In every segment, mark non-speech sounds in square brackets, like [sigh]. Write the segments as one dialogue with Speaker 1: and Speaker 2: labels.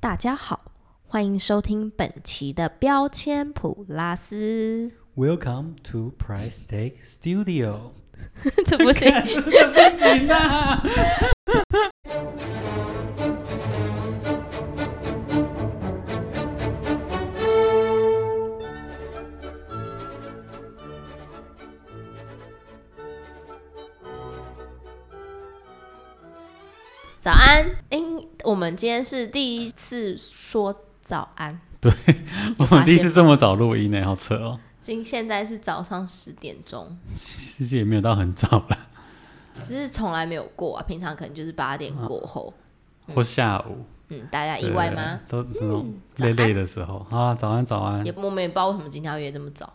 Speaker 1: 大家好，欢迎收听本期的标签普拉斯。
Speaker 2: Welcome to Price Tag Studio。
Speaker 1: [laughs] 这不行，
Speaker 2: 真的不行啊！
Speaker 1: [laughs] 早安。因我们今天是第一次说早安，
Speaker 2: 我们第一次这么早录音呢，好扯哦。
Speaker 1: 今现在是早上十点钟，
Speaker 2: 其实也没有到很早啦，
Speaker 1: 只是从来没有过啊。平常可能就是八点过后，
Speaker 2: 或下午。
Speaker 1: 嗯，大家意外吗？嗯
Speaker 2: 对？都那种
Speaker 1: 早
Speaker 2: 累
Speaker 1: 安
Speaker 2: 累的时候啊，早安早安
Speaker 1: 也，我们也不知道为什么今天要约这么早，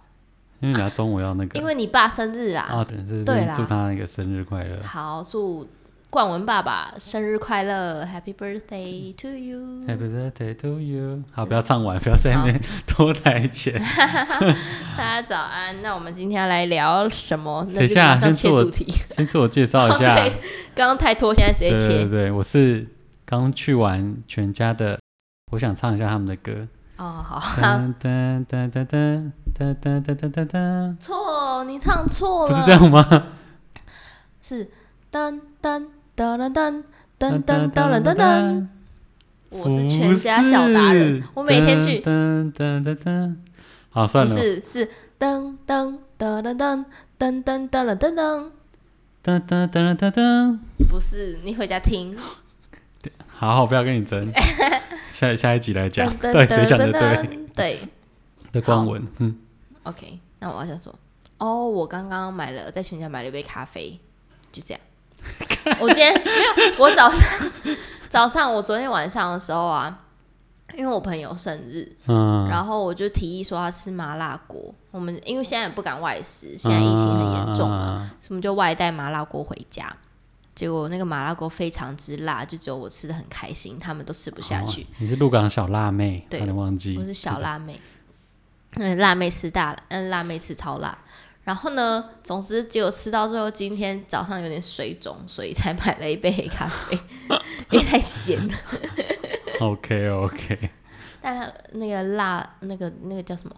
Speaker 2: 因为你要中午要那个，
Speaker 1: 因为你爸生日啦。
Speaker 2: 啊，对这
Speaker 1: 对
Speaker 2: 边
Speaker 1: 啦
Speaker 2: 祝他那个生日快乐
Speaker 1: 好，祝冠文爸爸生日快乐，Happy Birthday to you！
Speaker 2: ，Happy birthday to you。好，不要唱完，不要在那边拖台
Speaker 1: [laughs]
Speaker 2: 前。
Speaker 1: 大家早安。那我们今天要来聊什么？那
Speaker 2: 等一
Speaker 1: 就
Speaker 2: 下
Speaker 1: 马上
Speaker 2: 先
Speaker 1: 切
Speaker 2: 自我
Speaker 1: 主题。 [laughs]
Speaker 2: 先自我介绍一下，
Speaker 1: OK，刚刚太拖，现在直接
Speaker 2: 对对
Speaker 1: 切。
Speaker 2: 对，我是刚去完全家的，我想唱一下他们的歌。
Speaker 1: 哦，好，
Speaker 2: 噔噔噔噔噔噔噔噔噔噔噔，
Speaker 1: 错，你唱错
Speaker 2: 不
Speaker 1: 了。
Speaker 2: 是这，样吗？
Speaker 1: 是噔噔噔噔噔噔
Speaker 2: 噔
Speaker 1: 噔噔噔噔噔。，我是全家小达人，我每天去。
Speaker 2: 噔噔噔噔，好，算
Speaker 1: 不
Speaker 2: 了。
Speaker 1: 是是噔噔噔噔噔噔噔噔噔噔噔，
Speaker 2: 噔噔噔噔噔，
Speaker 1: 不是，你回家听。
Speaker 2: 好好，不要跟
Speaker 1: [laughs]
Speaker 2: 你争。下下一集来讲，
Speaker 1: 噔
Speaker 2: [laughs] 到
Speaker 1: 噔
Speaker 2: 底
Speaker 1: 噔
Speaker 2: 谁讲的
Speaker 1: 噔
Speaker 2: 对
Speaker 1: 噔，对。
Speaker 2: 的光文？嗯，
Speaker 1: OK，那我要想说，哦，我刚刚买了在全家买了一杯咖啡，就
Speaker 2: [laughs]
Speaker 1: 这样。我今天没有，我早上 [laughs] 早上我昨天晚上的时候啊，因为我朋友生日，
Speaker 2: 嗯，
Speaker 1: 然后我就提议说要吃麻辣锅。我们因为现在也不敢外
Speaker 2: 嗯
Speaker 1: 食，现在疫情很严重嘛，
Speaker 2: 啊。
Speaker 1: 所以我们就外带麻辣锅回家。结果那个麻辣锅非常之辣，就只有我吃的很开心，他们都吃不下去。
Speaker 2: 哦你是鹿港小辣妹，
Speaker 1: 对
Speaker 2: 差点忘记。
Speaker 1: 我是小辣妹，嗯，辣妹吃大辣，嗯，辣妹吃超辣。然后呢，总之结果吃到最后，今天早上有点水肿，所以才买了一杯黑咖啡， [laughs] 因为太咸了。
Speaker 2: OK OK，
Speaker 1: 但它那个辣，那个那个叫什么？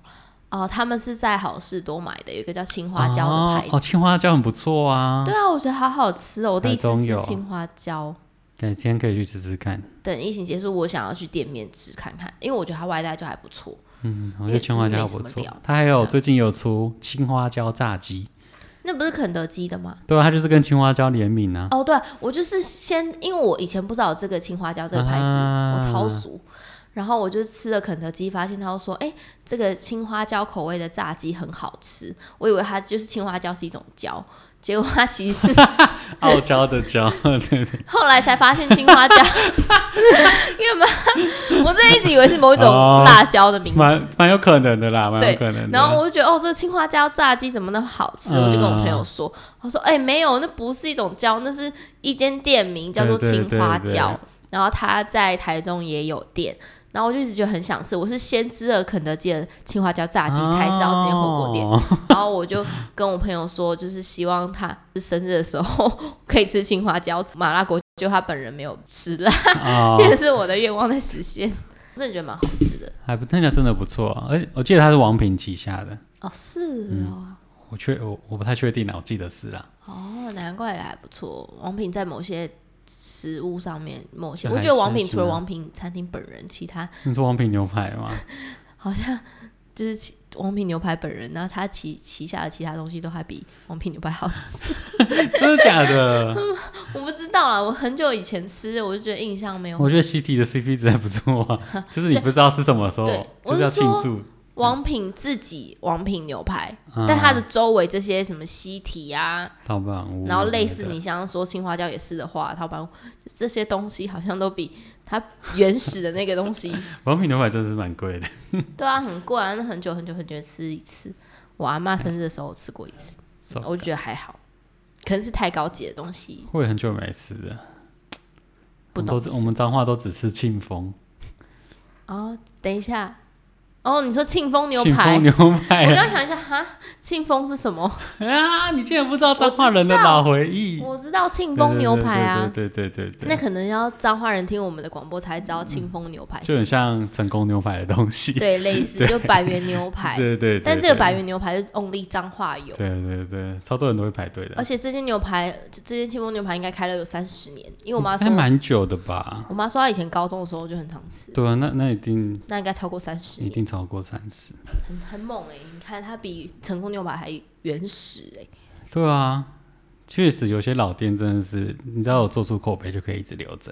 Speaker 1: 哦，他们是在好事多买的，有一个叫青花椒的牌子。
Speaker 2: 哦，哦青花椒很不错啊
Speaker 1: 对，啊，我觉得好好吃哦！我第一次
Speaker 2: 台中
Speaker 1: 吃
Speaker 2: 有啊
Speaker 1: 青花椒。
Speaker 2: 改天可以去吃吃看。
Speaker 1: 等疫情结束，我想要去店面吃看看，因为我觉得它外带就还不错。
Speaker 2: 嗯，
Speaker 1: 因
Speaker 2: 我
Speaker 1: 为
Speaker 2: 觉得
Speaker 1: 其实
Speaker 2: 青花椒
Speaker 1: 没什
Speaker 2: 不
Speaker 1: 么
Speaker 2: 错
Speaker 1: 料。
Speaker 2: 它还有
Speaker 1: 对啊
Speaker 2: 最近有出青花椒炸鸡，
Speaker 1: 那不是肯德基的吗？
Speaker 2: 对啊，它就是跟青花椒联名啊。
Speaker 1: 哦，对，我就是先，因为我以前不知道有这个青花椒这个牌子，
Speaker 2: 啊
Speaker 1: 我超熟。然后我就吃了肯德基，发现他说：“哎，这个青花椒口味的炸鸡很好吃。”我以为它就是青花椒是一种椒，结果它其实
Speaker 2: [laughs]
Speaker 1: 是
Speaker 2: 傲娇的娇， [laughs] 对对，
Speaker 1: 后来才发现青花椒， [laughs] 因为嘛，我这一直以为是某一种
Speaker 2: 哦
Speaker 1: 辣椒的名字。
Speaker 2: 蛮蛮有可能的啦，蛮有可能的。嗯
Speaker 1: 然后我就觉得哦，这个青花椒炸鸡怎么那么好吃？我就跟我朋友说，我说哎、没有，那不是一种椒，那是一间店名叫做
Speaker 2: 对对
Speaker 1: 青花椒，
Speaker 2: 对对
Speaker 1: 然后它在台中也有店。然后我就一直觉得很想吃，我是先吃了肯德基的青花椒炸鸡，才知道这间火锅店。
Speaker 2: 哦
Speaker 1: 然后我就跟我朋友说，就是希望他生日的时候可以吃青花椒麻辣锅，就他本人没有吃辣， [laughs]
Speaker 2: 哦
Speaker 1: 这、是我的愿望在实现。真的觉得蛮好吃的
Speaker 2: 还不那家真的不错啊，而且我记得它是王品旗下的，
Speaker 1: 哦，是哦。
Speaker 2: 我确我我不太确定啦，我记得是啦。
Speaker 1: 哦，难怪还不错。王品在某些食物上面，某些
Speaker 2: 就
Speaker 1: 我
Speaker 2: 还
Speaker 1: 觉得王
Speaker 2: 算
Speaker 1: 品
Speaker 2: 是
Speaker 1: 除了
Speaker 2: 啊
Speaker 1: 王品餐厅本人，其他
Speaker 2: 你说王品牛排吗？
Speaker 1: 好像就是其王品牛排本人，然后他旗旗下的其他东西都还比王品牛排好吃。
Speaker 2: 真的假的？ [laughs]
Speaker 1: 我不知道啦，我很久以前吃的，我就觉得印象没有。
Speaker 2: 我觉得西提的 CP 值还不错
Speaker 1: [laughs]
Speaker 2: 啊，就是你不知道是什么时候
Speaker 1: 对，我
Speaker 2: 就是
Speaker 1: 是
Speaker 2: 要庆祝。
Speaker 1: 王品自己王品牛排，
Speaker 2: 嗯
Speaker 1: 但它的周围这些什么西提啊，
Speaker 2: 老板屋，
Speaker 1: 然后类似你像说青花椒也是的话，淘宝就这些东西好像都比它原始的那个东西
Speaker 2: 王品牛排真的是蛮贵的。
Speaker 1: 对啊，很贵啊，那很久很久很久吃一次。我阿妈生日的时候我吃过一次，
Speaker 2: So
Speaker 1: 我就觉得还好，可能是太高级的东西
Speaker 2: 会很久没吃了，
Speaker 1: 不懂
Speaker 2: 我们都是我们彰化都只吃庆丰，
Speaker 1: 哦。等一下，哦，你说庆丰牛
Speaker 2: 庆
Speaker 1: 排，
Speaker 2: 丰牛排
Speaker 1: 我
Speaker 2: 了
Speaker 1: 刚想一下，哈，庆丰是
Speaker 2: [laughs]
Speaker 1: 什么？
Speaker 2: 啊！你竟然不知道彰化
Speaker 1: 我知
Speaker 2: 人的
Speaker 1: 道
Speaker 2: 老回忆，
Speaker 1: 我知道庆丰牛排啊，
Speaker 2: 对对对对对对
Speaker 1: 那可能要彰化人听我们的广播才知道庆丰牛排
Speaker 2: 就是很
Speaker 1: 什么，
Speaker 2: 像成功牛排的东西。
Speaker 1: 对，类似就百元牛排，
Speaker 2: 对对对，
Speaker 1: 但这个
Speaker 2: 对
Speaker 1: 百元牛排是 only 彰化有，
Speaker 2: 对对对，超多人都会排队的
Speaker 1: 而，且这间牛排，这这间庆丰牛排应该开了有三十年，因为我妈说
Speaker 2: 还，蛮久的吧？
Speaker 1: 我妈说她以前高中的时候就很常吃，
Speaker 2: 对啊，那那一定
Speaker 1: 那应该超过三十
Speaker 2: 一
Speaker 1: 年，
Speaker 2: 定超过三十。
Speaker 1: 很很猛哎、你看它比成功牛排还原始哎、
Speaker 2: 对啊，确实有些老店真的是，你只要有做出口碑就可以一直留着。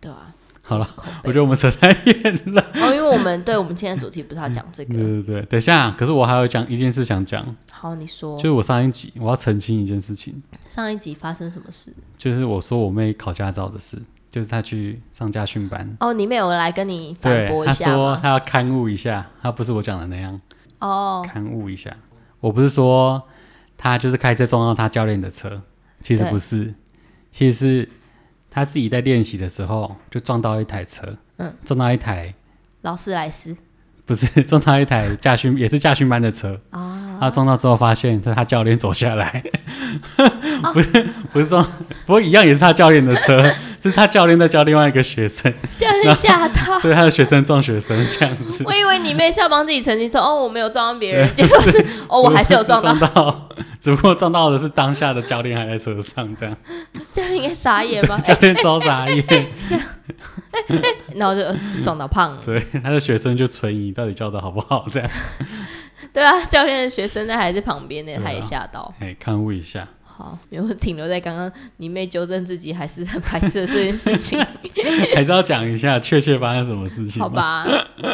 Speaker 1: 对啊，
Speaker 2: 好了
Speaker 1: 就是口碑
Speaker 2: 我觉得我们扯太远了。
Speaker 1: 哦，因为我们对我们现在主题不是要讲这
Speaker 2: 对
Speaker 1: 个，
Speaker 2: 对对，等一下，可是我还有讲一件事想讲，
Speaker 1: 好，你说
Speaker 2: 就是我上一集我要澄清一件事情，
Speaker 1: 上一集发生什么事？
Speaker 2: 就是我说我妹考驾照的事，就是她去上家训班，
Speaker 1: 哦，你妹有来跟你反
Speaker 2: 对
Speaker 1: 驳，一
Speaker 2: 她
Speaker 1: 下
Speaker 2: 说
Speaker 1: 吗？
Speaker 2: 她要刊物一下，她不是我讲的那样，
Speaker 1: 哦，
Speaker 2: 刊物一下。我不是说她就是开车撞到她教练的车，其实
Speaker 1: 对
Speaker 2: 不是，其实是她自己在练习的时候就撞到一台车，
Speaker 1: 嗯，
Speaker 2: 撞到一台
Speaker 1: 劳斯莱斯
Speaker 2: 不是 [laughs] 撞到一台驾训也是驾训班的车， [laughs]
Speaker 1: 啊，
Speaker 2: 他撞到之后发现是他教练走下来，
Speaker 1: 哦
Speaker 2: [laughs] 不是不是撞，不过一样也是他教练的车，
Speaker 1: [laughs]
Speaker 2: 是他教练在教另外一个学生，
Speaker 1: 教练吓到。
Speaker 2: 所以他的学生撞学生这样子。
Speaker 1: 我以为你妹是要帮自己澄清说，哦，我没有撞到别人，结果是，哦，我还是有撞到
Speaker 2: 不。是到，只不过撞到的是当下的教练还在车上这样，
Speaker 1: 教练应该傻眼吧？
Speaker 2: 教练招傻眼，
Speaker 1: 然后就呃就撞到胖了。
Speaker 2: 对，他的学生就存疑到底教的好不好这样，
Speaker 1: 对啊，教练的学生在还在旁边呢，
Speaker 2: 对啊
Speaker 1: 他也吓到。
Speaker 2: 哎，看误一
Speaker 1: [laughs]
Speaker 2: 下。
Speaker 1: 好，没有停留在刚刚你妹纠正自己还是很排斥的这件事
Speaker 2: [laughs]
Speaker 1: 情，
Speaker 2: 还是要讲一下确切发生什么事情。
Speaker 1: 好，吧？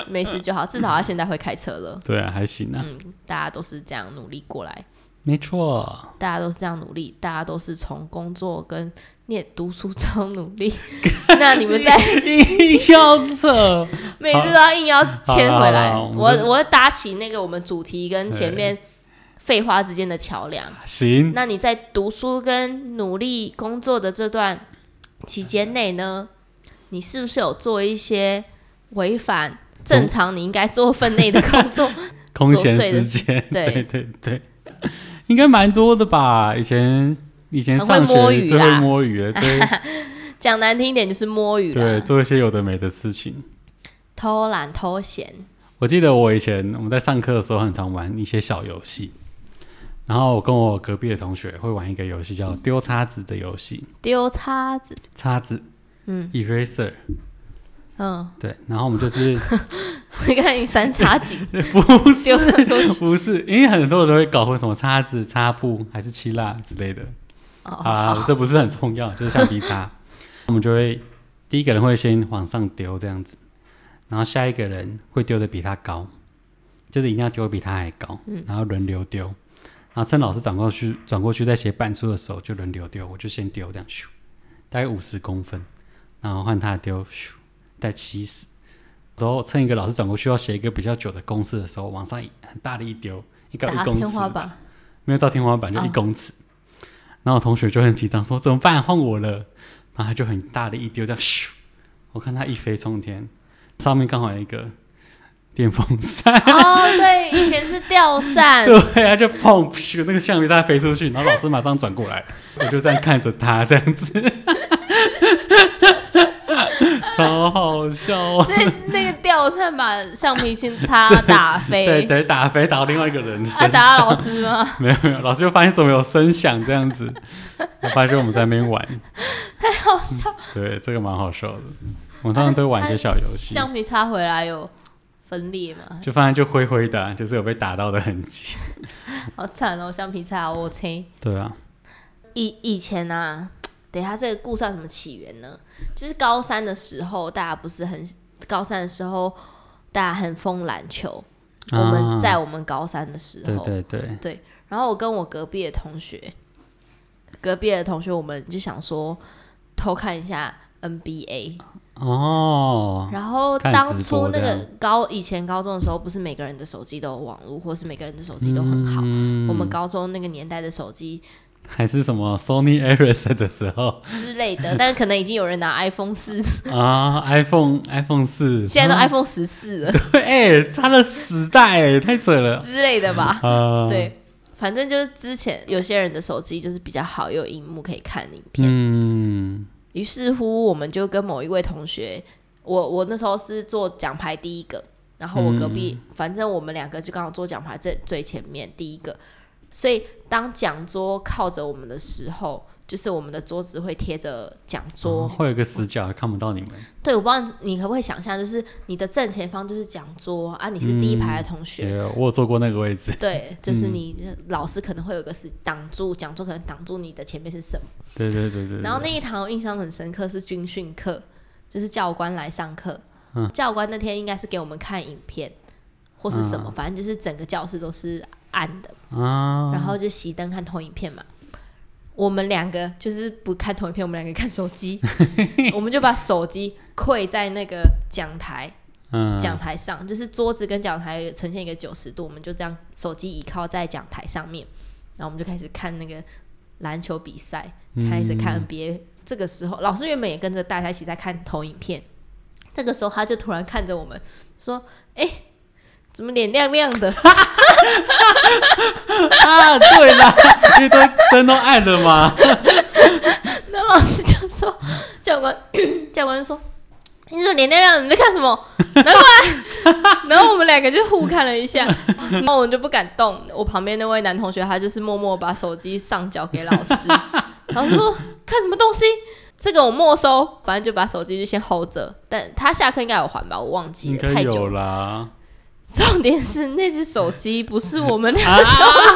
Speaker 1: 没事就好，至少她现在会开车了。
Speaker 2: 对啊，还行啊，
Speaker 1: 嗯，大家都是这样努力过来，
Speaker 2: 没错。
Speaker 1: 大家都是这样努力，大家都是从工作跟念读书中努
Speaker 2: [laughs]
Speaker 1: 力。那你们在
Speaker 2: 硬要扯，
Speaker 1: 每次都要硬要牵回来，
Speaker 2: 好好好好
Speaker 1: 我
Speaker 2: 我们
Speaker 1: 我会搭起那个我们主题跟前面废话之间的桥梁。
Speaker 2: 行，
Speaker 1: 那你在读书跟努力工作的这段期间内呢，你是不是有做一些违反
Speaker 2: 哦
Speaker 1: 正常你应该做分内的工
Speaker 2: [laughs]
Speaker 1: 作？
Speaker 2: 空闲
Speaker 1: 琐碎的
Speaker 2: 时 [laughs] 间，
Speaker 1: 对
Speaker 2: 对对对，应该蛮多的吧？以前以前
Speaker 1: 很会
Speaker 2: 上学
Speaker 1: 摸鱼
Speaker 2: 最
Speaker 1: 啦
Speaker 2: 会摸鱼了，
Speaker 1: [laughs]
Speaker 2: 对
Speaker 1: 讲难听一点就是摸鱼
Speaker 2: 对，
Speaker 1: 啦，
Speaker 2: 做一些有的没的事情。
Speaker 1: 偷懒偷闲。
Speaker 2: 我记得我以前我们在上课的时候，很常玩一些小游戏。然后我跟我隔壁的同学会玩一个游戏，叫丢叉子的游戏，
Speaker 1: 丢叉子，
Speaker 2: 叉子，
Speaker 1: 嗯
Speaker 2: ，eraser，
Speaker 1: 嗯，
Speaker 2: 对。然后我们就是
Speaker 1: [laughs] 你看你三叉戟
Speaker 2: 不是
Speaker 1: 丢丢起，
Speaker 2: 不是，因为很多人都会搞混什么叉子、擦布还是漆蜡之类的。
Speaker 1: 哦，[laughs]
Speaker 2: 啊
Speaker 1: 好，，
Speaker 2: 这不是很重要，就是橡皮擦， [laughs] 我们就会第一个人会先往上丢这样子，然后下一个人会丢的比他高，就是一定要丢得比他还高，
Speaker 1: 嗯
Speaker 2: 然后轮流丢，然后趁老师转过去转过去在写板书的时候就轮流丢，我就先丢这样咻，大概五十公分，然后换他丢咻，带七十，之后趁一个老师转过去要写一个比较久的公式的时候，往上一很大力一丢，一个一
Speaker 1: 打
Speaker 2: 公
Speaker 1: 天
Speaker 2: 尺
Speaker 1: 花
Speaker 2: [laughs]
Speaker 1: 板，
Speaker 2: 没有到天花板，就
Speaker 1: 哦
Speaker 2: 一公尺。然后我同学就很紧张，说怎么办？换我了。然后他就很大力一丢，这样咻！我看他一飞冲天，上面刚好有一个电风扇， [laughs]
Speaker 1: 哦，对，以前是吊扇，
Speaker 2: 对，他就砰，咻，那个橡皮擦飞出去，然后老师马上转过来，我就这样看着他这样子， [laughs] 超好笑哦！
Speaker 1: 所以 [laughs] 那个吊扇把橡皮筋擦打
Speaker 2: [laughs] 对
Speaker 1: 飞，
Speaker 2: 对，打飞打到另外一个人
Speaker 1: 啊，
Speaker 2: 身上，
Speaker 1: 打到老师吗？
Speaker 2: [laughs] 没有没有，老师就发现怎么有声响这
Speaker 1: [laughs]
Speaker 2: 样子，我发现我们在那边玩，嗯
Speaker 1: 太好笑，
Speaker 2: 对，这个蛮好笑的。我们常常都嗯玩一些小游戏，
Speaker 1: 橡皮擦回来有分裂
Speaker 2: [laughs]
Speaker 1: 吗？
Speaker 2: 就发现就灰灰的啊、就是有被打到的痕迹。
Speaker 1: 好惨哦，橡皮擦，我天。
Speaker 2: 对啊，
Speaker 1: 以以前啊，等一下这个故事要怎么起源呢？就是高三的时候，大家不是很高三的时候，大家很疯篮球。我们
Speaker 2: 啊
Speaker 1: 在我们高三的时
Speaker 2: 对
Speaker 1: 候，
Speaker 2: 对对，
Speaker 1: 然后我跟我隔壁的同学，隔壁的同学，我们就想说偷看一下 NBA。
Speaker 2: 哦，
Speaker 1: 然后
Speaker 2: 看
Speaker 1: 当
Speaker 2: 直
Speaker 1: 初
Speaker 2: 播
Speaker 1: 那
Speaker 2: 这
Speaker 1: 个
Speaker 2: 样
Speaker 1: 高以前高中的时候，不是每个人的手机都有网络，或是每个人的手机都很好。
Speaker 2: 嗯
Speaker 1: 我们高中那个年代的手机
Speaker 2: 还是什么 Sony Ericsson 的时候
Speaker 1: 之类
Speaker 2: [laughs]
Speaker 1: 的，但是可能已经有人拿 iPhone 四，
Speaker 2: 啊，iPhone iPhone 四，
Speaker 1: 现在都
Speaker 2: 啊
Speaker 1: iPhone 十四了
Speaker 2: 对，哎、差了时代、哎，太扯了。
Speaker 1: 之类的
Speaker 2: [laughs]
Speaker 1: 吧。
Speaker 2: 啊，，
Speaker 1: 对，反正就是之前有些人的手机就是比较好，有荧幕可以看影片。
Speaker 2: 嗯，
Speaker 1: 于是乎，我们就跟某一位同学，我我那时候是做奖牌第一个，然后我隔壁，反正我们两个就刚好做奖牌最最前面第一个，所以当讲桌靠着我们的时候，就是我们的桌子会贴着讲桌。
Speaker 2: 哦会有一个死角看不到你们，
Speaker 1: 对，我不知道你可不可以想象，就是你的正前方就是讲桌啊，你是第一排的同学，
Speaker 2: 对，我有坐过那个位置，
Speaker 1: 对，就是你老师可能会有个是挡住讲桌，可能挡住你的前面是什么。
Speaker 2: 对对对对对。
Speaker 1: 然后那一堂我印象很深刻是军训课，就是教官来上课。
Speaker 2: 嗯
Speaker 1: 教官那天应该是给我们看影片或是什么，
Speaker 2: 嗯
Speaker 1: 反正就是整个教室都是暗的，
Speaker 2: 啊，
Speaker 1: 然后就熄灯看投影片嘛。我们两个就是不看投影片，我们两个看手机， [laughs] 我们就把手机跪在那个讲台，
Speaker 2: 嗯，
Speaker 1: 讲台上，就是桌子跟讲台呈现一个九十度，我们就这样手机倚靠在讲台上面，然后我们就开始看那个篮球比赛，开始看 NBA。这个时候，老师原本也跟着大家一起在看投影片，这个时候他就突然看着我们说：“哎、怎么脸亮亮的
Speaker 2: [laughs] 啊，对啦，因为都灯都暗了嘛。？”
Speaker 1: 那老师就说：“
Speaker 2: 嗯
Speaker 1: 教官， [coughs] 教官就说。”你说脸亮亮的，你在看什么？ [laughs] 拿过来！ [laughs] 然后我们两个就互看了一
Speaker 2: [laughs]
Speaker 1: 下，然后我们就不敢动。我旁边那位男同学，他就是默默把手机上交给老
Speaker 2: [laughs]
Speaker 1: 师，老师说看什么东西，这个我没收，反正就把手机就先 hold 着。但他下课应该有还吧，我忘记
Speaker 2: 应
Speaker 1: 了，
Speaker 2: 该
Speaker 1: 太久
Speaker 2: 有
Speaker 1: 了。
Speaker 2: 啦，
Speaker 1: 重点是那只手机不是我
Speaker 2: [laughs]
Speaker 1: 们俩， [laughs]
Speaker 2: 啊，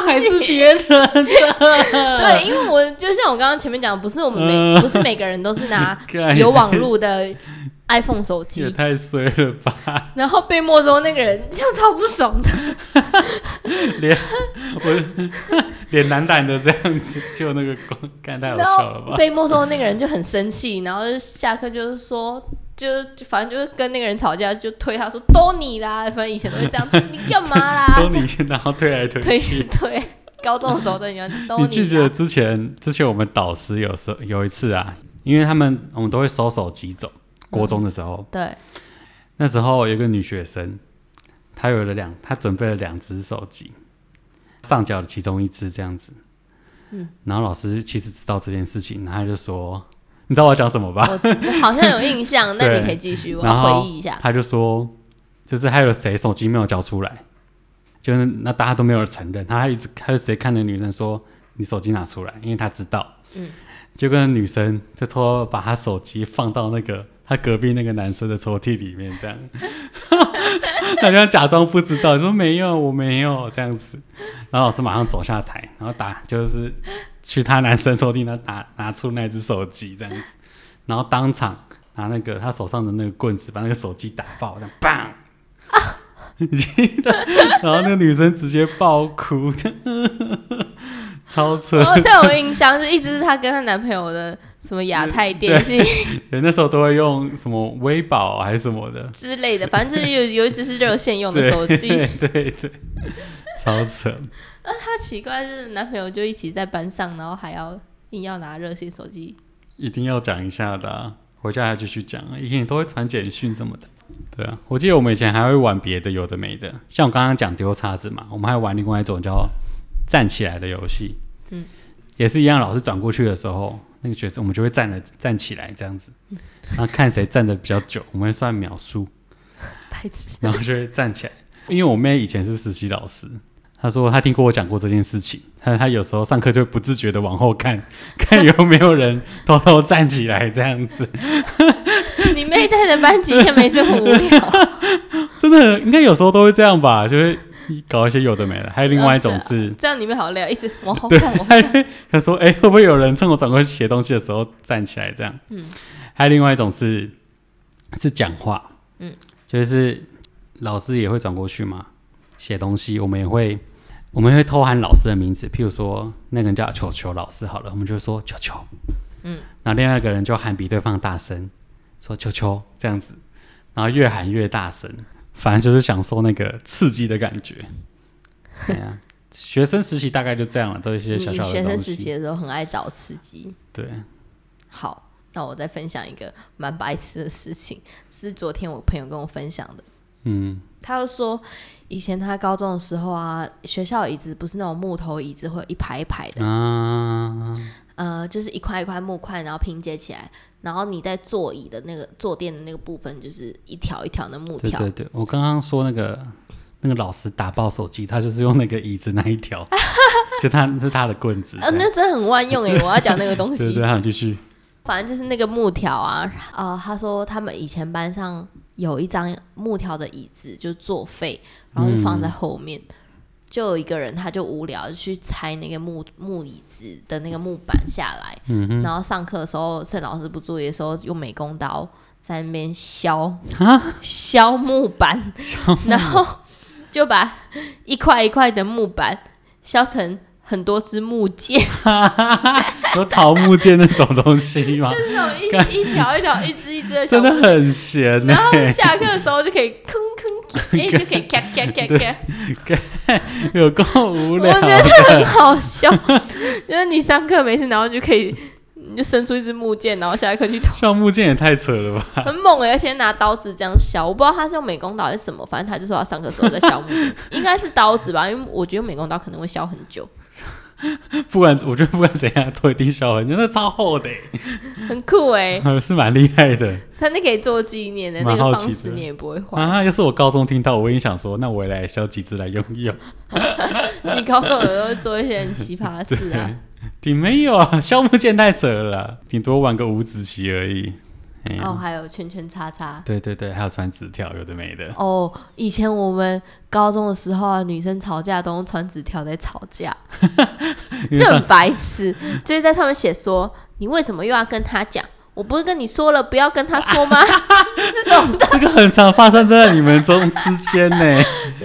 Speaker 2: 还是别人的，
Speaker 1: 对，因为我就像我刚刚前面讲的，不是我们每
Speaker 2: 嗯
Speaker 1: 不是每个人都是
Speaker 2: [laughs]
Speaker 1: 拿
Speaker 2: 干
Speaker 1: 有网络的 iPhone 手
Speaker 2: 哎也
Speaker 1: 机，
Speaker 2: 太衰了吧！
Speaker 1: 然后被没收那个人，这样超不爽的。
Speaker 2: 我 [laughs] 脸蓝蓝的这样子，就那个光，看太好
Speaker 1: 然
Speaker 2: 笑了
Speaker 1: 后
Speaker 2: 吧？
Speaker 1: 被没收的那个人就很生气，然后就下课就是说，就就反正就是跟那个人吵架，就推他说都你啦，反正以前都会这样，你干嘛啦
Speaker 2: [laughs]
Speaker 1: [laughs]
Speaker 2: 都？你，然后推来
Speaker 1: 啊这样推
Speaker 2: 推去。
Speaker 1: 推，高中的时候都一
Speaker 2: [laughs]
Speaker 1: 样，都
Speaker 2: 你记
Speaker 1: 你啊
Speaker 2: 得
Speaker 1: 啦。
Speaker 2: 之前之前我们导师有时候有一次啊，因为他们我们都会收手机走，国中的时候，
Speaker 1: 对，
Speaker 2: 那时候有一个女学生，她有了两，她准备了两只手机，上缴的其中一只这样子。嗯，然后老师其实知道这件事情，然后他就说：“你知道我要讲什么吧
Speaker 1: 我我好像有印象，那
Speaker 2: 对
Speaker 1: 你可以继续，我
Speaker 2: 然
Speaker 1: 要
Speaker 2: 后
Speaker 1: 回忆一？”
Speaker 2: [laughs]
Speaker 1: 下。
Speaker 2: 他就说：“就是还有谁手机没有交出来，就是那大家都没有承认，他还一直他就直接看着女生说：‘你手机拿出来’，因为他知道。”
Speaker 1: 嗯，
Speaker 2: 就跟女生就偷偷把她手机放到那个她隔壁那个男生的抽屉里面，这样， [laughs] 好像假装不知道，说没有，我没有这样子。然后老师马上走下台，然后打就是去她男生抽屉那打拿出那只手机这样子，然后当场拿那个他手上的那个棍子把那个手机打爆，这样棒。 [laughs] 你记得？然后那个女生直接爆哭，超扯
Speaker 1: 我。好像有印象，就一直是她跟她男朋友的什么亚太电信
Speaker 2: 对，那时候都会用什么微宝还是什么的，
Speaker 1: 之类的，反正就是有有一只是热线用的
Speaker 2: 对
Speaker 1: 手机。
Speaker 2: [laughs] 对对对，超扯。
Speaker 1: 她奇怪是男朋友就一起在班上，然后还要硬要拿热线手机
Speaker 2: 一定要讲一下的、啊，回家还继续讲啊，以前都会传简讯什么的。对啊，我记得我们以前还会玩别的，有的没的，像我刚刚讲丢叉子嘛，我们还玩另外一种叫站起来的游戏。
Speaker 1: 嗯，
Speaker 2: 也是一样，老师转过去的时候，那个角色我们就会站了站起来这样子，然后看谁站的比较久，我们会算秒数。
Speaker 1: 白痴。
Speaker 2: 然后就会站起来。因为我妹以前是实习老师，她说她听过我讲过这件事情，她她有时候上课就会不自觉的往后看， [laughs] 看有没有人偷偷站起来这样子。
Speaker 1: [laughs] 你妹带的班级应该没这么无聊。
Speaker 2: [laughs] 真的，应该有时候都会这样吧，就会搞一些有的没的。还有另外一种是，
Speaker 1: 这样你妹好累，一直往后
Speaker 2: 哦 [laughs] 对啊
Speaker 1: 看，往后
Speaker 2: 她
Speaker 1: 看。
Speaker 2: 会她说，哎、会不会有人趁我转过去写东西的时候站起来这样？嗯，还有另外一种是是讲话，嗯
Speaker 1: 嗯，
Speaker 2: 就是老师也会转过去嘛，写东西，我们也会我们会偷喊老师的名字，譬如说那个人叫球球老师好了，我们就会说球球，嗯，然后另外一个人就喊比对方大声，说球球这样子，然后越喊越大声，反正就是享受那个刺激的感觉，对啊，学生时期大概就这样了，都一些
Speaker 1: 你
Speaker 2: 小小
Speaker 1: 嗯学生
Speaker 2: 的东
Speaker 1: 时期
Speaker 2: 西。
Speaker 1: 的时候很爱找刺激。
Speaker 2: 对，
Speaker 1: 好，那我再分享一个蛮白痴的事情，是昨天我朋友跟我分享的。
Speaker 2: 嗯，
Speaker 1: 他就说，以前他高中的时候啊，学校椅子不是那种木头椅子，会有一排一排的，
Speaker 2: 啊，
Speaker 1: 呃，就是一块一块木块，然后拼接起来，然后你在座椅的那个坐垫的那个部分，就是一条一条的木
Speaker 2: 对
Speaker 1: 条。
Speaker 2: 对对，我刚刚说那个那个老师打爆手机，他就是用那个椅子那
Speaker 1: [laughs]
Speaker 2: 一条，就他是他的棍子
Speaker 1: 啊，
Speaker 2: 这样。
Speaker 1: 那真的很万用诶！我要讲那个东西。
Speaker 2: 对对，好，继续。
Speaker 1: 反正就是那个木条啊，呃，他说他们以前班上有一张木条的椅子，就作废，然后就放在后面。就有一个人，他就无聊，就去拆那个木木椅子的那个木板下来，
Speaker 2: 嗯哼，
Speaker 1: 然后上课的时候，趁老师不注意的时候，用美工刀在那边削削木板，然后就把一块一块的木板削成很多只木 [laughs] 剑，
Speaker 2: [laughs] 有桃木剑那种东
Speaker 1: [laughs]
Speaker 2: 西吗？
Speaker 1: 就是那种一一条一条、一只一只的小
Speaker 2: [laughs] 真的很 [laughs] 欸闲呢、
Speaker 1: 然后下课的时候就可以吭吭，哎、就可以咔咔咔咔，
Speaker 2: 有够无
Speaker 1: 我
Speaker 2: 聊
Speaker 1: 觉。得很好笑。 [laughs] 就是你上课没事，然后就可以，你就伸出一支木剑，然后下课去捅，
Speaker 2: 像木剑也太扯了吧！
Speaker 1: 很猛哎、而且拿刀子这样削。我不知道他是用美工刀还是什么，反正他就说他上课的时候在削木剑，应该是刀子吧，因为我觉得美工刀可能会削很久，
Speaker 2: 不管我觉得不管怎样，都一定笑很久，那超厚的、
Speaker 1: 很酷哎、
Speaker 2: 欸，是蛮厉害的
Speaker 1: 他那可以做纪念的那
Speaker 2: 蛮
Speaker 1: 个
Speaker 2: 好奇
Speaker 1: 方式，
Speaker 2: 的
Speaker 1: 你也不会坏。
Speaker 2: 啊！要是我高中听到，我也想说，那我也来削几只来用一用。
Speaker 1: 你高中有时候会做一些很奇葩的事啊
Speaker 2: 对。，挺没有啊，削木剑太扯了啦，顶多玩个五子棋而已。哎呀
Speaker 1: 哦，还有圈圈叉叉。
Speaker 2: 对对对，还有传纸条，有的没的。
Speaker 1: 哦，以前我们高中的时候啊，女生吵架都用传纸条在吵架，
Speaker 2: 因为
Speaker 1: 就
Speaker 2: 上
Speaker 1: 很白痴，就是在上面写说你为什么又要跟他讲？我不是跟你说了不要跟他说吗？这种的。
Speaker 2: 这个很常发生在你们中之间呢、 [laughs]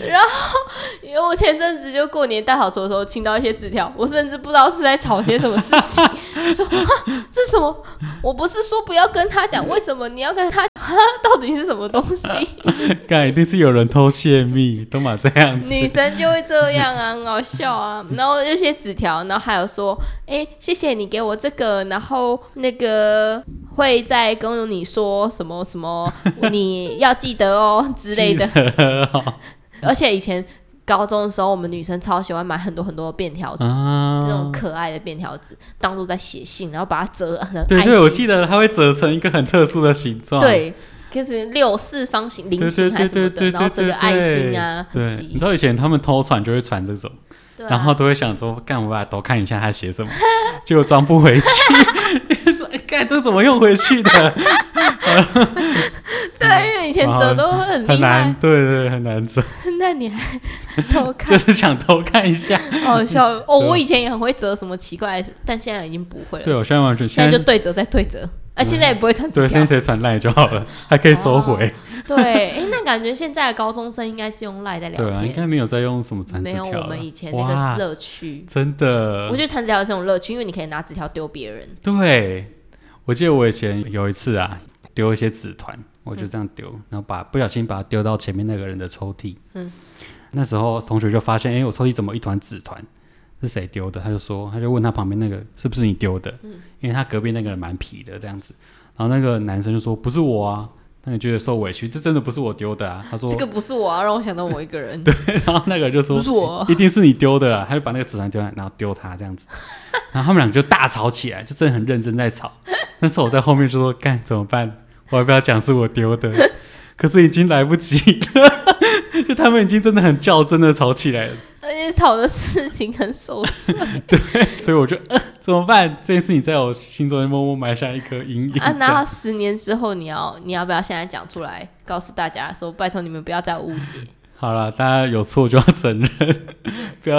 Speaker 1: 因为我前阵子就过年大扫除的时候，听到一些纸条，我甚至不知道是在吵些什么事情， [laughs] 说哈这什么？我不是说不要跟他讲，为什么你要跟他？哈到底是什么东西？
Speaker 2: 干一定是有人偷泄密，都嘛这样子。
Speaker 1: 女生就会这样啊，很好笑
Speaker 2: [laughs]
Speaker 1: 啊。然后那些纸条，然后还有说，哎、谢谢你给我这个，然后那个会再跟你说什么什么，你要记得哦之类
Speaker 2: [laughs]
Speaker 1: 的。
Speaker 2: 记
Speaker 1: [laughs]
Speaker 2: 得哦
Speaker 1: 而且以前高中的时候，我们女生超喜欢买很多很多的便条纸。
Speaker 2: 啊
Speaker 1: 这种可爱的便条纸当做在写信，然后把它折成
Speaker 2: 对
Speaker 1: 爱
Speaker 2: 对，我
Speaker 1: 心
Speaker 2: 记得它会折成一个很特殊的形状。
Speaker 1: 对，就是六四方形、
Speaker 2: 对
Speaker 1: 菱形还
Speaker 2: 对
Speaker 1: 是什么的，
Speaker 2: 对对对
Speaker 1: 然后
Speaker 2: 对
Speaker 1: 折个爱心啊，
Speaker 2: 对，
Speaker 1: 很
Speaker 2: 你
Speaker 1: 喜
Speaker 2: 知道以前他们偷传就会传这种，
Speaker 1: 对啊
Speaker 2: 然后都会想说，干我把它偷看一下他写什么， [laughs] 结果装不回去， [laughs] 说哎干这怎么用回去的？
Speaker 1: 对，因为以前折都 [laughs] 很
Speaker 2: 很
Speaker 1: 厉害啊
Speaker 2: 难，，对对很难
Speaker 1: [laughs]
Speaker 2: 折，
Speaker 1: 那你还偷
Speaker 2: 就 [laughs]
Speaker 1: 看，
Speaker 2: 是想偷看一
Speaker 1: [laughs]
Speaker 2: 下。
Speaker 1: 好好笑哦！
Speaker 2: 对
Speaker 1: 我以前也很会折什么奇怪的事，但现在已经不会了。
Speaker 2: 对，我现在完全
Speaker 1: 现在
Speaker 2: 在
Speaker 1: 就对折再对折，啊，现在也不会穿纸
Speaker 2: 对，
Speaker 1: 条
Speaker 2: 先。谁传赖就好了，还可以收回。
Speaker 1: 对，哎，那感觉现在的高中生应该是用赖在聊
Speaker 2: 对啊，应
Speaker 1: 天，
Speaker 2: 该没有在用什么传纸
Speaker 1: 没有
Speaker 2: 条
Speaker 1: 我
Speaker 2: 了
Speaker 1: 们以前。那
Speaker 2: 哇
Speaker 1: 个，乐趣。
Speaker 2: 真的
Speaker 1: 我，觉得传纸条有这种乐趣，因为你可以拿纸条丢别人。
Speaker 2: 对，我记得我以前有一次
Speaker 1: 嗯
Speaker 2: 啊，丢一些纸团，我就这样丢，然后把不小心把它丢到前面那个人的抽屉。
Speaker 1: 嗯
Speaker 2: 嗯，那时候同学就发现，哎、我抽屉怎么一团纸团？是谁丢的？他就说，他就问他旁边那个是不是你丢的？
Speaker 1: 嗯
Speaker 2: 因为他隔壁那个人蛮皮的这样子。然后那个男生就说不是我啊，那你觉得受委屈，这真的不是我丢的啊？他说
Speaker 1: 这，个不是我啊，让我想到我一个人。
Speaker 2: [laughs] 然后那个人就说
Speaker 1: 不是我
Speaker 2: 一定是你丢的啊，他就把那个纸团丢下来，然后丢他这样子，然后他们两个就大吵起来，就真的很认真在吵。那时候我在后面就说干怎么办？我要不要讲是我丢的？可是已经来不及了， [laughs] 就他们已经真的很较真的吵起来了，
Speaker 1: 而且吵的事情很琐碎
Speaker 2: 所以我就、呃、怎么办？这件事情在我心中默默埋下 [laughs] 一颗阴影。
Speaker 1: 啊。
Speaker 2: 这样
Speaker 1: 那十年之后，你要你要不要现在讲出来，告诉大家说，拜托你们不要再误解。
Speaker 2: 好了，大家有错就要承认， [laughs] 不要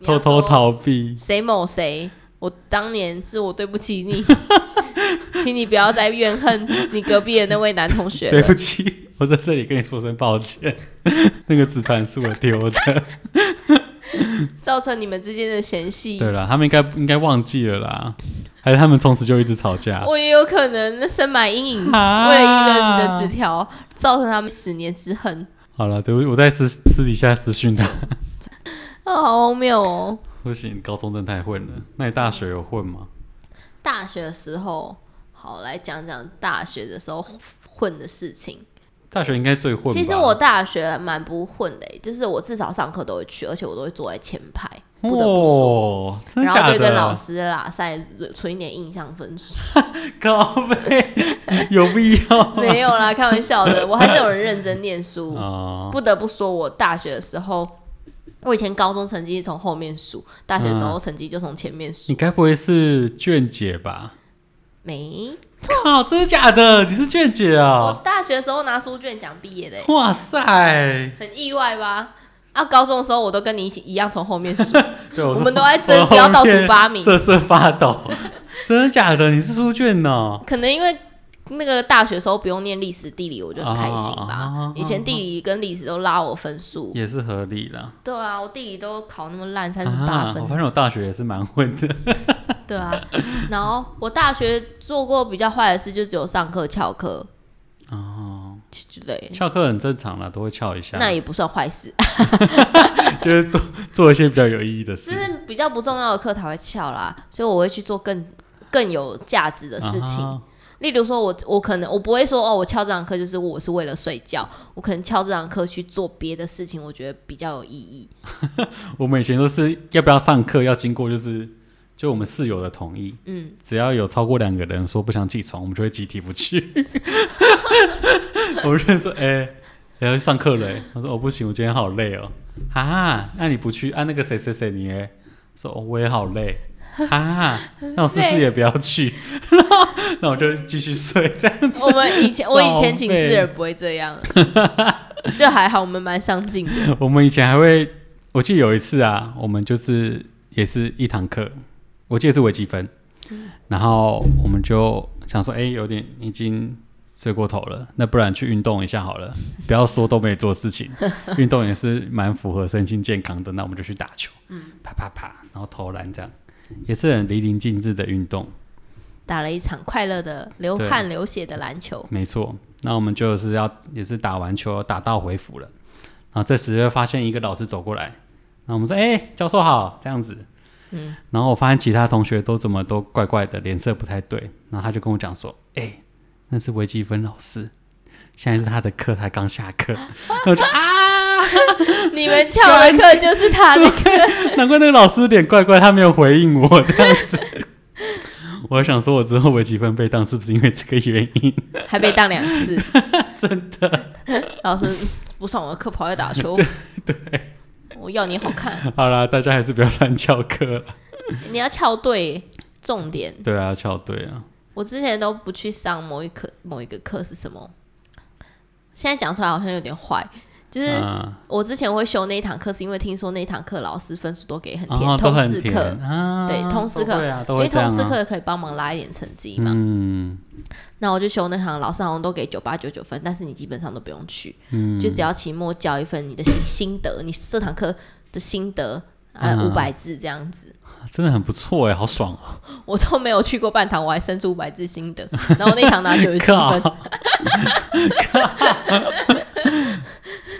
Speaker 1: 你
Speaker 2: 偷
Speaker 1: 要
Speaker 2: 偷
Speaker 1: 说
Speaker 2: 逃避。
Speaker 1: 谁某谁，我当年是我对不起你，请你不要再怨恨你隔壁的那位男同学
Speaker 2: 对
Speaker 1: 了。
Speaker 2: 不起，我在这里跟你说声抱歉， [laughs] 那个纸团是我丢的。
Speaker 1: 造成你们之间的嫌隙。
Speaker 2: 对了，他们应该应该忘记了
Speaker 1: [laughs]
Speaker 2: 啦，还是他们从此就一直吵架？
Speaker 1: 我也有可能深埋阴影，
Speaker 2: 啊
Speaker 1: 为了一个你的纸条，造成他们十年之恨。
Speaker 2: 好了，对不起，我再私私底下私讯他。 [laughs]
Speaker 1: 啊、啊，好荒谬哦！
Speaker 2: 不行，高中真的太混了。那你大学有混吗？
Speaker 1: 大学的时候，好来讲讲大学的时候混的事情。
Speaker 2: 大学应该最混吧。
Speaker 1: 其实我大学蛮不混的欸、就是我至少上课都会去，而且我都会坐在前排，不得不说。
Speaker 2: 哦，真的
Speaker 1: 然
Speaker 2: 假
Speaker 1: 后就
Speaker 2: 的？
Speaker 1: 跟老师拉塞，存一点印象分数。
Speaker 2: [laughs]
Speaker 1: [laughs]
Speaker 2: 高飞有必要 [laughs] 吗？
Speaker 1: 没有啦，开玩笑的，我还是有人认真念书。
Speaker 2: 哦，
Speaker 1: 不得不说，我大学的时候，我以前高中成绩从后面数，大学的
Speaker 2: 嗯
Speaker 1: 时候成绩就从前面数。
Speaker 2: 你该不会是卷姐吧？
Speaker 1: 没，
Speaker 2: 靠，真的假的？你是卷姐
Speaker 1: 我
Speaker 2: 哦？
Speaker 1: 大学的时候拿书卷奖毕业的欸、
Speaker 2: 哇塞！
Speaker 1: 很意外吧？啊，高中的时候我都跟你一起一样从后面数，
Speaker 2: 对，
Speaker 1: 我
Speaker 2: 说
Speaker 1: 们都在争
Speaker 2: 我
Speaker 1: 不要倒数
Speaker 2: 后面
Speaker 1: 八名
Speaker 2: 瑟瑟发抖。 [laughs] 真的假的？你是书卷哦？
Speaker 1: 可能因为那个大学时候不用念历史地理，我就很开心吧。
Speaker 2: 哦
Speaker 1: 以前地理跟历史都拉我分数，
Speaker 2: 也是合理啦。
Speaker 1: 对啊，我地理都考那么烂，三十八
Speaker 2: 啊，
Speaker 1: 分
Speaker 2: 我，发现我大学也是蛮混的。
Speaker 1: [laughs] 对啊。然后我大学做过比较坏的事，就只有上课翘课
Speaker 2: 哦，
Speaker 1: 之类，
Speaker 2: 翘课很正常啦，都会翘一下。
Speaker 1: 那也不算坏事，
Speaker 2: [laughs]
Speaker 1: [laughs]
Speaker 2: 就是多做一些比较有意义的
Speaker 1: 只
Speaker 2: 事。
Speaker 1: 是比较不重要的课才会翘啦，所以我会去做更更有价值的事情。
Speaker 2: 啊
Speaker 1: 例如说我，我可能我不会说哦，我翘这堂课就是我是为了睡觉，我可能翘这堂课去做别的事情，我觉得比较有意义。
Speaker 2: 我们以前都是要不要上课，要经过就是就我们室友的同意， [laughs]
Speaker 1: 嗯，
Speaker 2: 只要有超过两个人说不想起床，我们就会集体不去。 [laughs] 我们就会说，哎、要去上课了、欸。他说，哦，不行，我今天好累哦。啊，那你不去啊？那个谁谁谁你欸说、哦，我也好累。啊，那我试试也不要去， [laughs] 那我就继续睡这样子。
Speaker 1: 我们以前
Speaker 2: 少
Speaker 1: 我以前寝室人不会这样， [laughs] 就还好，我们蛮上进的。
Speaker 2: [laughs] 我们以前还会，我记得有一次啊，我们就是也是一堂课，我记得是微积分，然后我们就想说，哎、有点已经睡过头了，那不然去运动一下好了，不要说都没做事情，运动也是蛮符合身心健康的，那我们就去打球，啪啪啪，然后投篮这样，也是很淋漓尽致的运动，
Speaker 1: 打了一场快乐的流汗流血的篮球，
Speaker 2: 没错，那我们就是要也是打完球打道回府了，然后这时就发现一个老师走过来，那我们说：“哎、教授好。”这样子，嗯，然后我发现其他同学都怎么都怪怪的，脸色不太对，然后他就跟我讲说：“哎、那是微积分老师，现在是他的课，他刚下课。” [laughs] 那我就啊，
Speaker 1: 你们翘的课就是他的
Speaker 2: [laughs]
Speaker 1: 课，
Speaker 2: 难怪那个老师脸怪怪，他没有回应我这样子。我想说，我之后微积分被当是不是因为这个原因？
Speaker 1: 还被当两
Speaker 2: [laughs]
Speaker 1: 次，真的。老师不上我的课跑来打球，对，我要你好看，
Speaker 2: 好啦，大家还是不要乱翘课了。
Speaker 1: 你要翘对重点。
Speaker 2: 对啊，翘对啊。
Speaker 1: 我之前都不去上某一课，某一个课是什么？现在讲出来好像有点坏，就是
Speaker 2: 嗯，
Speaker 1: 我之前会修那一堂课，是因为听说那一堂课老师分数都给很
Speaker 2: 然
Speaker 1: 甜，
Speaker 2: 后啊都
Speaker 1: 通
Speaker 2: 很
Speaker 1: 识
Speaker 2: 甜
Speaker 1: 课，
Speaker 2: 啊，
Speaker 1: 对通识课
Speaker 2: 对啊，都
Speaker 1: 因
Speaker 2: 会
Speaker 1: 为
Speaker 2: 这样
Speaker 1: 通
Speaker 2: 啊
Speaker 1: 识课可以帮忙拉一点成绩嘛。
Speaker 2: 嗯，
Speaker 1: 那我就修那堂，老师好像都给九八九九分，但是你基本上都不用去，
Speaker 2: 嗯
Speaker 1: 就只要期末交一份你的心心得，你这堂课的心得。呃，
Speaker 2: 嗯
Speaker 1: 五百字这样子，
Speaker 2: 真的很不错哎，好爽哦！
Speaker 1: 我都没有去过半堂，我还生出五百字心得， [laughs] 然后那堂拿九十七
Speaker 2: 靠
Speaker 1: 分，， [laughs]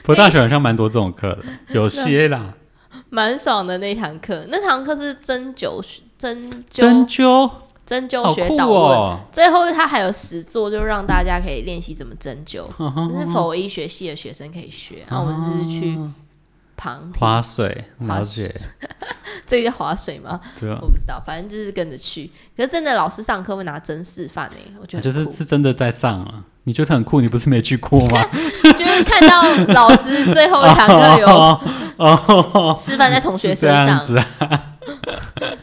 Speaker 2: 不过大学好像蛮多这种课
Speaker 1: 哎
Speaker 2: 的，有些啦，
Speaker 1: 蛮爽的那堂课，那堂课是针灸学针
Speaker 2: 针
Speaker 1: 灸
Speaker 2: 灸
Speaker 1: 针
Speaker 2: 好
Speaker 1: 灸学
Speaker 2: 酷
Speaker 1: 导论，
Speaker 2: 哦，
Speaker 1: 最后它还有实作，就让大家可以练习怎么针灸，
Speaker 2: 嗯
Speaker 1: 这是否医学系的学生可以学。然后我们就是去
Speaker 2: 嗯
Speaker 1: 旁听，
Speaker 2: 划水，划水，
Speaker 1: 这个叫划水吗？
Speaker 2: 对啊
Speaker 1: 我，不知道，反正就是跟着去。可是真的老师上课会拿针示范诶、我觉得
Speaker 2: 啊就
Speaker 1: 很
Speaker 2: 是
Speaker 1: 酷
Speaker 2: 是真的在上啊。你觉得很酷？你不是没去过
Speaker 1: [laughs]
Speaker 2: 吗？
Speaker 1: 就是看到老师最后一堂课
Speaker 2: [laughs] 哦
Speaker 1: 有
Speaker 2: 有
Speaker 1: 示范在同学身
Speaker 2: 哦这样
Speaker 1: 上，
Speaker 2: 子啊，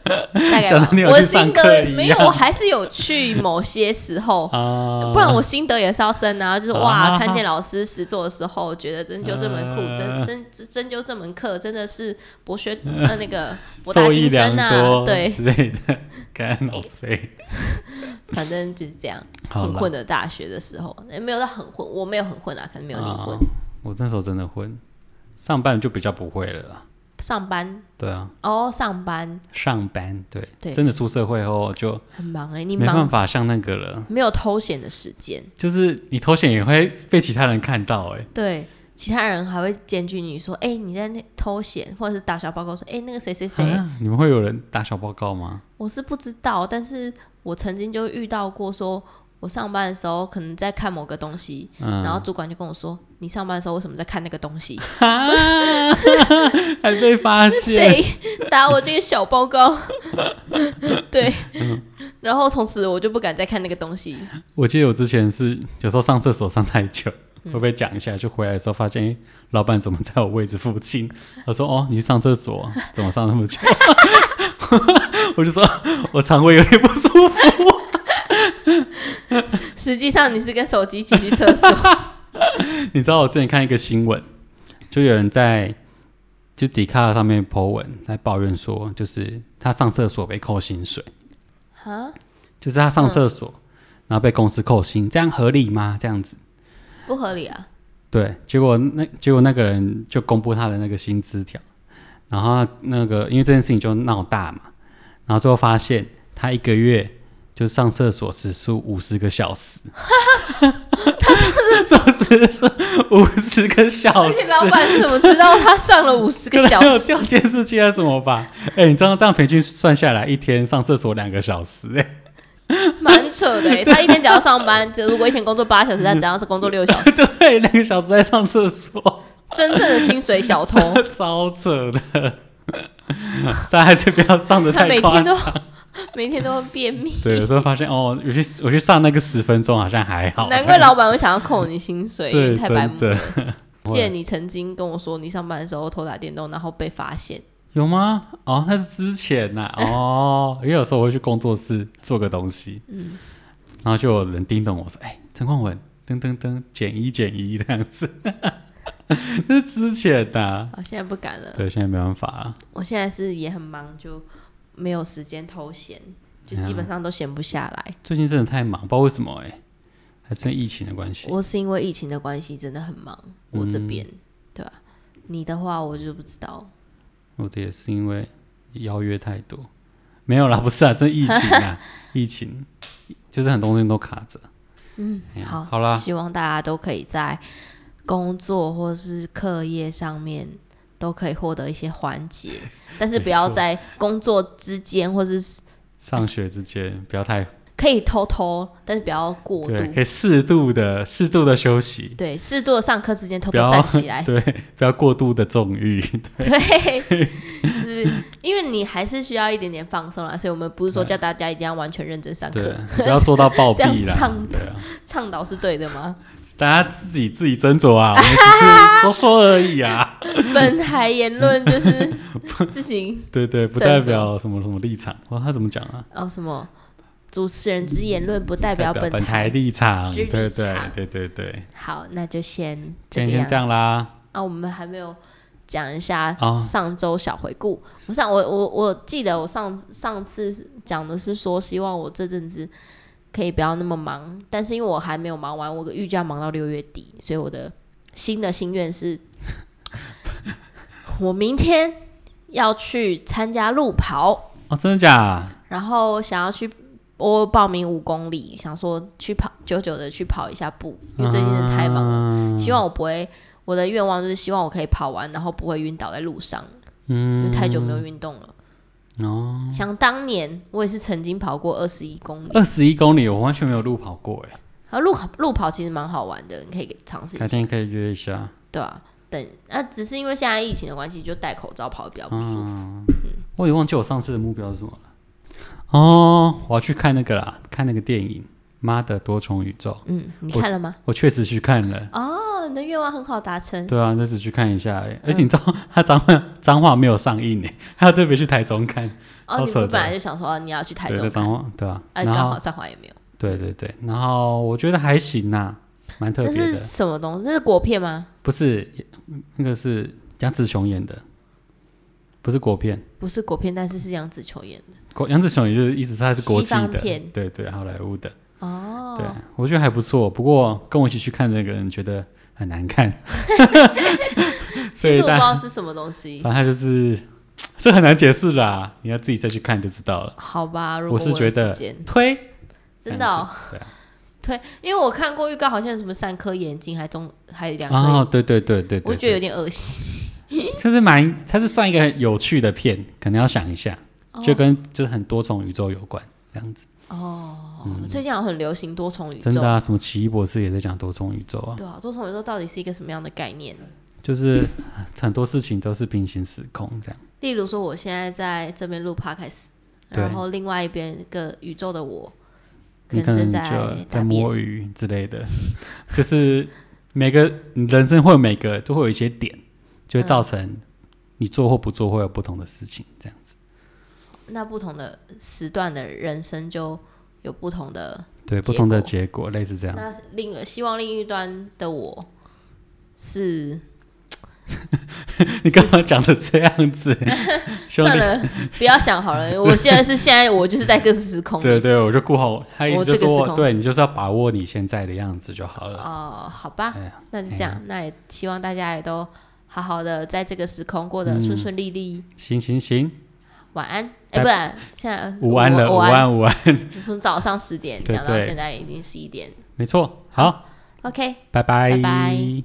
Speaker 1: 大概
Speaker 2: 讲
Speaker 1: 吧
Speaker 2: 得你有。
Speaker 1: 我
Speaker 2: 去
Speaker 1: 的心
Speaker 2: 上课
Speaker 1: 得
Speaker 2: 一
Speaker 1: 没有，
Speaker 2: 样
Speaker 1: 我还是有去某些时候。
Speaker 2: [laughs] 啊
Speaker 1: 不然我心得也是要深啊，就是哇，
Speaker 2: 啊
Speaker 1: 看见老师实做的时候，觉得针灸这门酷，针
Speaker 2: 嗯
Speaker 1: 针针灸这门课真的是博学呃那
Speaker 2: [laughs]
Speaker 1: 个博大
Speaker 2: 受益
Speaker 1: 精
Speaker 2: 良
Speaker 1: 深啊，
Speaker 2: 多
Speaker 1: 对，
Speaker 2: 之类的，感恩脑费。
Speaker 1: 反正就是这样，
Speaker 2: 好
Speaker 1: 很
Speaker 2: 啦
Speaker 1: 混的大学的时候，也没有到很混，我没有很混啊，可能没有你混
Speaker 2: 啊。我那时候真的混，上班就比较不会了啦。
Speaker 1: 上班
Speaker 2: 对啊，
Speaker 1: 哦，上班
Speaker 2: 上班对，
Speaker 1: 对
Speaker 2: 真的出社会后就
Speaker 1: 很忙哎、你
Speaker 2: 没办
Speaker 1: 忙
Speaker 2: 法像那个了，
Speaker 1: 没有偷闲的时间，
Speaker 2: 就是你偷闲也会被其他人看到哎、
Speaker 1: 对，其他人还会检举你说，哎、你在那偷闲，或者是打小报告说，哎、那个谁谁谁，
Speaker 2: 啊你们会有人打小报告吗？
Speaker 1: 我是不知道，但是我曾经就遇到过说。我上班的时候可能在看某个东西，
Speaker 2: 嗯，
Speaker 1: 然后主管就跟我说：“你上班的时候为什么在看那个东西？
Speaker 2: 啊还被发 [laughs] 现，
Speaker 1: 谁打我这个小报告？” [laughs] 对，然后从此我就不敢再看那个东西。
Speaker 2: 我记得我之前是有时候上厕所上太久，会被讲一下，就回来的时候发现，哎、老板怎么在我位置附近？ [laughs] 他说：“哦，你去上厕所啊，怎么上那么久？” [laughs] 我就说：“我肠胃有点不舒服。
Speaker 1: 实际上你是跟手机一起去厕所，”
Speaker 2: 你知道我之前看一个新闻，就有人在就迪卡上面 po 文在抱怨说，就是他上厕所被扣薪水，
Speaker 1: [laughs] 哈，
Speaker 2: 就是他上厕所、然后被公司扣薪，这样合理吗？这样子？
Speaker 1: 不合理啊！
Speaker 2: 对，结果那结果那个人就公布他的那个薪资条，然后他那个因为这件事情就闹大嘛，然后最后发现他一个月就上厕所时数五十个小时，他上厕所五十个 [laughs] 小
Speaker 1: 而
Speaker 2: 时
Speaker 1: 且，老板怎么知道他上了五十个小
Speaker 2: 可 [laughs] 能有
Speaker 1: 时
Speaker 2: 调？监视器还是怎么吧？哎、你知道这样平均算下来，一天上厕所两个小时、哎，
Speaker 1: 蛮扯的欸、
Speaker 2: 啊
Speaker 1: 他一天只要上班，就如果一天工作八小时，他只要是工作六小时，
Speaker 2: 对，啊两个小时在上厕所， [laughs]
Speaker 1: 真正的薪水小偷，
Speaker 2: 超扯的。大家还是不要上的
Speaker 1: 他
Speaker 2: 太
Speaker 1: 每
Speaker 2: 夸
Speaker 1: 天
Speaker 2: 张。
Speaker 1: 都 [laughs] 每天都便秘。[laughs]
Speaker 2: 对，有时候发现哦，我去我去上那个十分钟好像还好，
Speaker 1: 难怪老板会想要扣你薪水，因为
Speaker 2: 对
Speaker 1: 太白目
Speaker 2: 真。的
Speaker 1: 记得你曾经跟我说，你上班的时候偷打电动，然后被发现。
Speaker 2: 有吗？哦，那是之前
Speaker 1: [laughs]
Speaker 2: 呐、哦，因为有时候我会去工作室做个东西，嗯，然后就有人叮咚我说：“哎、陈冠文，噔噔噔，减一减一这样子。” [laughs] 那是之前的、
Speaker 1: 啊，现在不敢了，
Speaker 2: 对，现在没办法了。
Speaker 1: 我现在是也很忙，就没有时间偷闲，就
Speaker 2: 啊
Speaker 1: 基本上都闲不下来。
Speaker 2: 最近真的太忙，不知道为什么哎、还是因为疫情的嗯关系。
Speaker 1: 我是因为疫情的关系，真的很忙。我这边、对吧、你的话，我就不知道。
Speaker 2: 我的也是因为邀约太多，没有啦，不是啊，这疫情
Speaker 1: [laughs]
Speaker 2: 啊，疫情就是很多东西都卡着。
Speaker 1: 嗯，
Speaker 2: 哎呀
Speaker 1: 好，
Speaker 2: 好啦，
Speaker 1: 希望大家都可以在工作或是课业上面都可以获得一些缓解，
Speaker 2: [laughs]
Speaker 1: 但是不要
Speaker 2: 没错
Speaker 1: 在工作之间或是
Speaker 2: 上学之间不要太
Speaker 1: 可以偷偷，但是不要过度。
Speaker 2: 对，可以适度的、适度的休息，
Speaker 1: 对，适度的上课之间偷
Speaker 2: 不
Speaker 1: 偷
Speaker 2: 要
Speaker 1: 站起来，
Speaker 2: [laughs] 对，不要过度的纵欲。
Speaker 1: 对，就是因为你还是需要一点点放松啦，所以我们不是说叫大家一定要完全认真上
Speaker 2: 对
Speaker 1: 课，，
Speaker 2: 不要做到
Speaker 1: [laughs]
Speaker 2: 暴
Speaker 1: 这样
Speaker 2: 毙啦
Speaker 1: 唱。
Speaker 2: 对啊，
Speaker 1: 倡导是对的吗？
Speaker 2: 大家自己自己斟酌啊，我们只
Speaker 1: [laughs]
Speaker 2: 是说说而已啊。
Speaker 1: 本台言
Speaker 2: [laughs]
Speaker 1: 论就是自行
Speaker 2: 对对，不
Speaker 1: 斟
Speaker 2: 代
Speaker 1: 酌
Speaker 2: 表什么什么立场。哇，他怎么讲啊？
Speaker 1: 哦什么，主持人之言论不代表
Speaker 2: 本
Speaker 1: 本台。
Speaker 2: 台立场。
Speaker 1: 之
Speaker 2: 对
Speaker 1: 立
Speaker 2: 对
Speaker 1: 场
Speaker 2: 对对对，
Speaker 1: 好，那就先这
Speaker 2: 今
Speaker 1: 个
Speaker 2: 天
Speaker 1: 样
Speaker 2: 先这样啦。
Speaker 1: 啊，我们还没有讲一下
Speaker 2: 哦
Speaker 1: 上周小回顾。我想，我我我记得我上上次讲的是说，希望我这阵子可以不要那么忙，但是因为我还没有忙完，我预计要忙到六月底，所以我的新的心愿是，
Speaker 2: [laughs]
Speaker 1: 我明天要去参加路跑，
Speaker 2: 哦，真的假？
Speaker 1: 然后想要去。我报名五公里，想说去跑，久久的去跑一下步，因为最近真的太忙了。
Speaker 2: 了。
Speaker 1: 希望我不会，我的愿望就是希望我可以跑完，然后不会晕倒在路上，因为
Speaker 2: 嗯，
Speaker 1: 太久没有运动了。
Speaker 2: 哦，
Speaker 1: 想当年我也是曾经跑过二十一公里，
Speaker 2: 二十一公里我完全没有路跑过哎，
Speaker 1: 啊，路跑路跑其实蛮好玩的，你可以尝试
Speaker 2: 改
Speaker 1: 一下，
Speaker 2: 天可以约一下。
Speaker 1: 对啊？等啊，只是因为现在疫情的关系，就戴口罩跑的比较不舒
Speaker 2: 啊
Speaker 1: 服。
Speaker 2: 我也忘记我上次的目标是什么了。哦，我要去看那个啦，看那个电影《妈的多重宇宙》，
Speaker 1: 嗯，你看了吗？
Speaker 2: 我确实去看了。
Speaker 1: 哦，你的愿望很好达成，
Speaker 2: 对啊，那次去看一下而
Speaker 1: 嗯
Speaker 2: 已，而且你知道他彰化彰化没有上映呢，还要特别去台中看。
Speaker 1: 哦，
Speaker 2: 超
Speaker 1: 你
Speaker 2: 扯
Speaker 1: 们
Speaker 2: 的
Speaker 1: 本来就想说、哦你要去台
Speaker 2: 对，
Speaker 1: 中
Speaker 2: 在彰
Speaker 1: 看，
Speaker 2: 化，对啊。
Speaker 1: 哎，
Speaker 2: 然
Speaker 1: 刚好
Speaker 2: 后
Speaker 1: 上华也没有，
Speaker 2: 对对对，然后我觉得还行呐、蛮特
Speaker 1: 那
Speaker 2: 别
Speaker 1: 是
Speaker 2: 的。
Speaker 1: 什么东西？那是国片吗？
Speaker 2: 不是，那个是杨紫琼演的，不是国片。
Speaker 1: 不是国片，但是是杨紫琼演的。
Speaker 2: 国杨紫琼也就是意思是它是国际
Speaker 1: 西方
Speaker 2: 的
Speaker 1: 片，
Speaker 2: 对对，好莱坞的，
Speaker 1: 哦，
Speaker 2: 对我觉得还不错。不过跟我一起去看的那个人觉得很难看，所
Speaker 1: 其
Speaker 2: 以
Speaker 1: 实我不
Speaker 2: 大
Speaker 1: 知
Speaker 2: 家
Speaker 1: 道是什么东
Speaker 2: [laughs]
Speaker 1: 西。
Speaker 2: 反正他就是这很难解释啦，你要自己再去看就知道了。
Speaker 1: 好吧，如果
Speaker 2: 我是
Speaker 1: 有
Speaker 2: 觉得
Speaker 1: 时间
Speaker 2: 推
Speaker 1: 真的哦、
Speaker 2: 这样子对啊，
Speaker 1: 推，因为我看过预告，好像有什么三颗眼睛，还中还有两颗眼睛，
Speaker 2: 哦，对对对对
Speaker 1: 我
Speaker 2: 对
Speaker 1: 觉得
Speaker 2: 对，
Speaker 1: 有点恶心。
Speaker 2: 就是蛮，它是算一个很有趣的片，可能要想一下，就跟就是很多重宇宙有关这样子。
Speaker 1: 哦， [laughs] 最近好像很流行多重宇宙，
Speaker 2: 嗯真的啊，什么奇异博士也在讲多重宇宙啊，
Speaker 1: 对啊，多重宇宙到底是一个什么样的概念？
Speaker 2: 就是很多事情都是平行时空这样。
Speaker 1: 例如说，我现在在这边录 podcast，
Speaker 2: 对
Speaker 1: 然后另外一边一个宇宙的我，
Speaker 2: 你可
Speaker 1: 正
Speaker 2: 能
Speaker 1: 在
Speaker 2: 就
Speaker 1: 打
Speaker 2: 在
Speaker 1: 便
Speaker 2: 摸鱼之类的， [laughs] 就是每个你人生会有每个都会有一些点，就会
Speaker 1: 嗯
Speaker 2: 造成你做或不做会有不同的事情，这样子
Speaker 1: 那不同的时段的人生就有不同的。
Speaker 2: 对不
Speaker 1: 结
Speaker 2: 同的
Speaker 1: 果
Speaker 2: 结果类似这样。
Speaker 1: 那另希望另一端的我是
Speaker 2: 你刚刚讲的这
Speaker 1: [laughs]
Speaker 2: 样子，兄
Speaker 1: 算
Speaker 2: 弟，
Speaker 1: 了，不要想好了。我现在是现在，我就是在这个时空里。
Speaker 2: 对对，我就顾好，他意
Speaker 1: 我
Speaker 2: 思
Speaker 1: 这
Speaker 2: 就
Speaker 1: 个
Speaker 2: 是
Speaker 1: 时
Speaker 2: 我
Speaker 1: 空
Speaker 2: 对你就是要把握你现在的样子就好了。
Speaker 1: 哦、好吧
Speaker 2: 哎，呀，
Speaker 1: 那就这样。那也希望大家也都好好的在这个时空过
Speaker 2: 嗯
Speaker 1: 得顺顺利利。
Speaker 2: 行行行，
Speaker 1: 晚安，哎、
Speaker 2: 拜
Speaker 1: 不然现在
Speaker 2: 午安了，午
Speaker 1: 午安。
Speaker 2: 安午 [laughs] 安，
Speaker 1: 从早上十点
Speaker 2: 对
Speaker 1: 讲到
Speaker 2: 对
Speaker 1: 现在已经十一点。
Speaker 2: 没错，好，
Speaker 1: OK，
Speaker 2: 拜
Speaker 1: 拜拜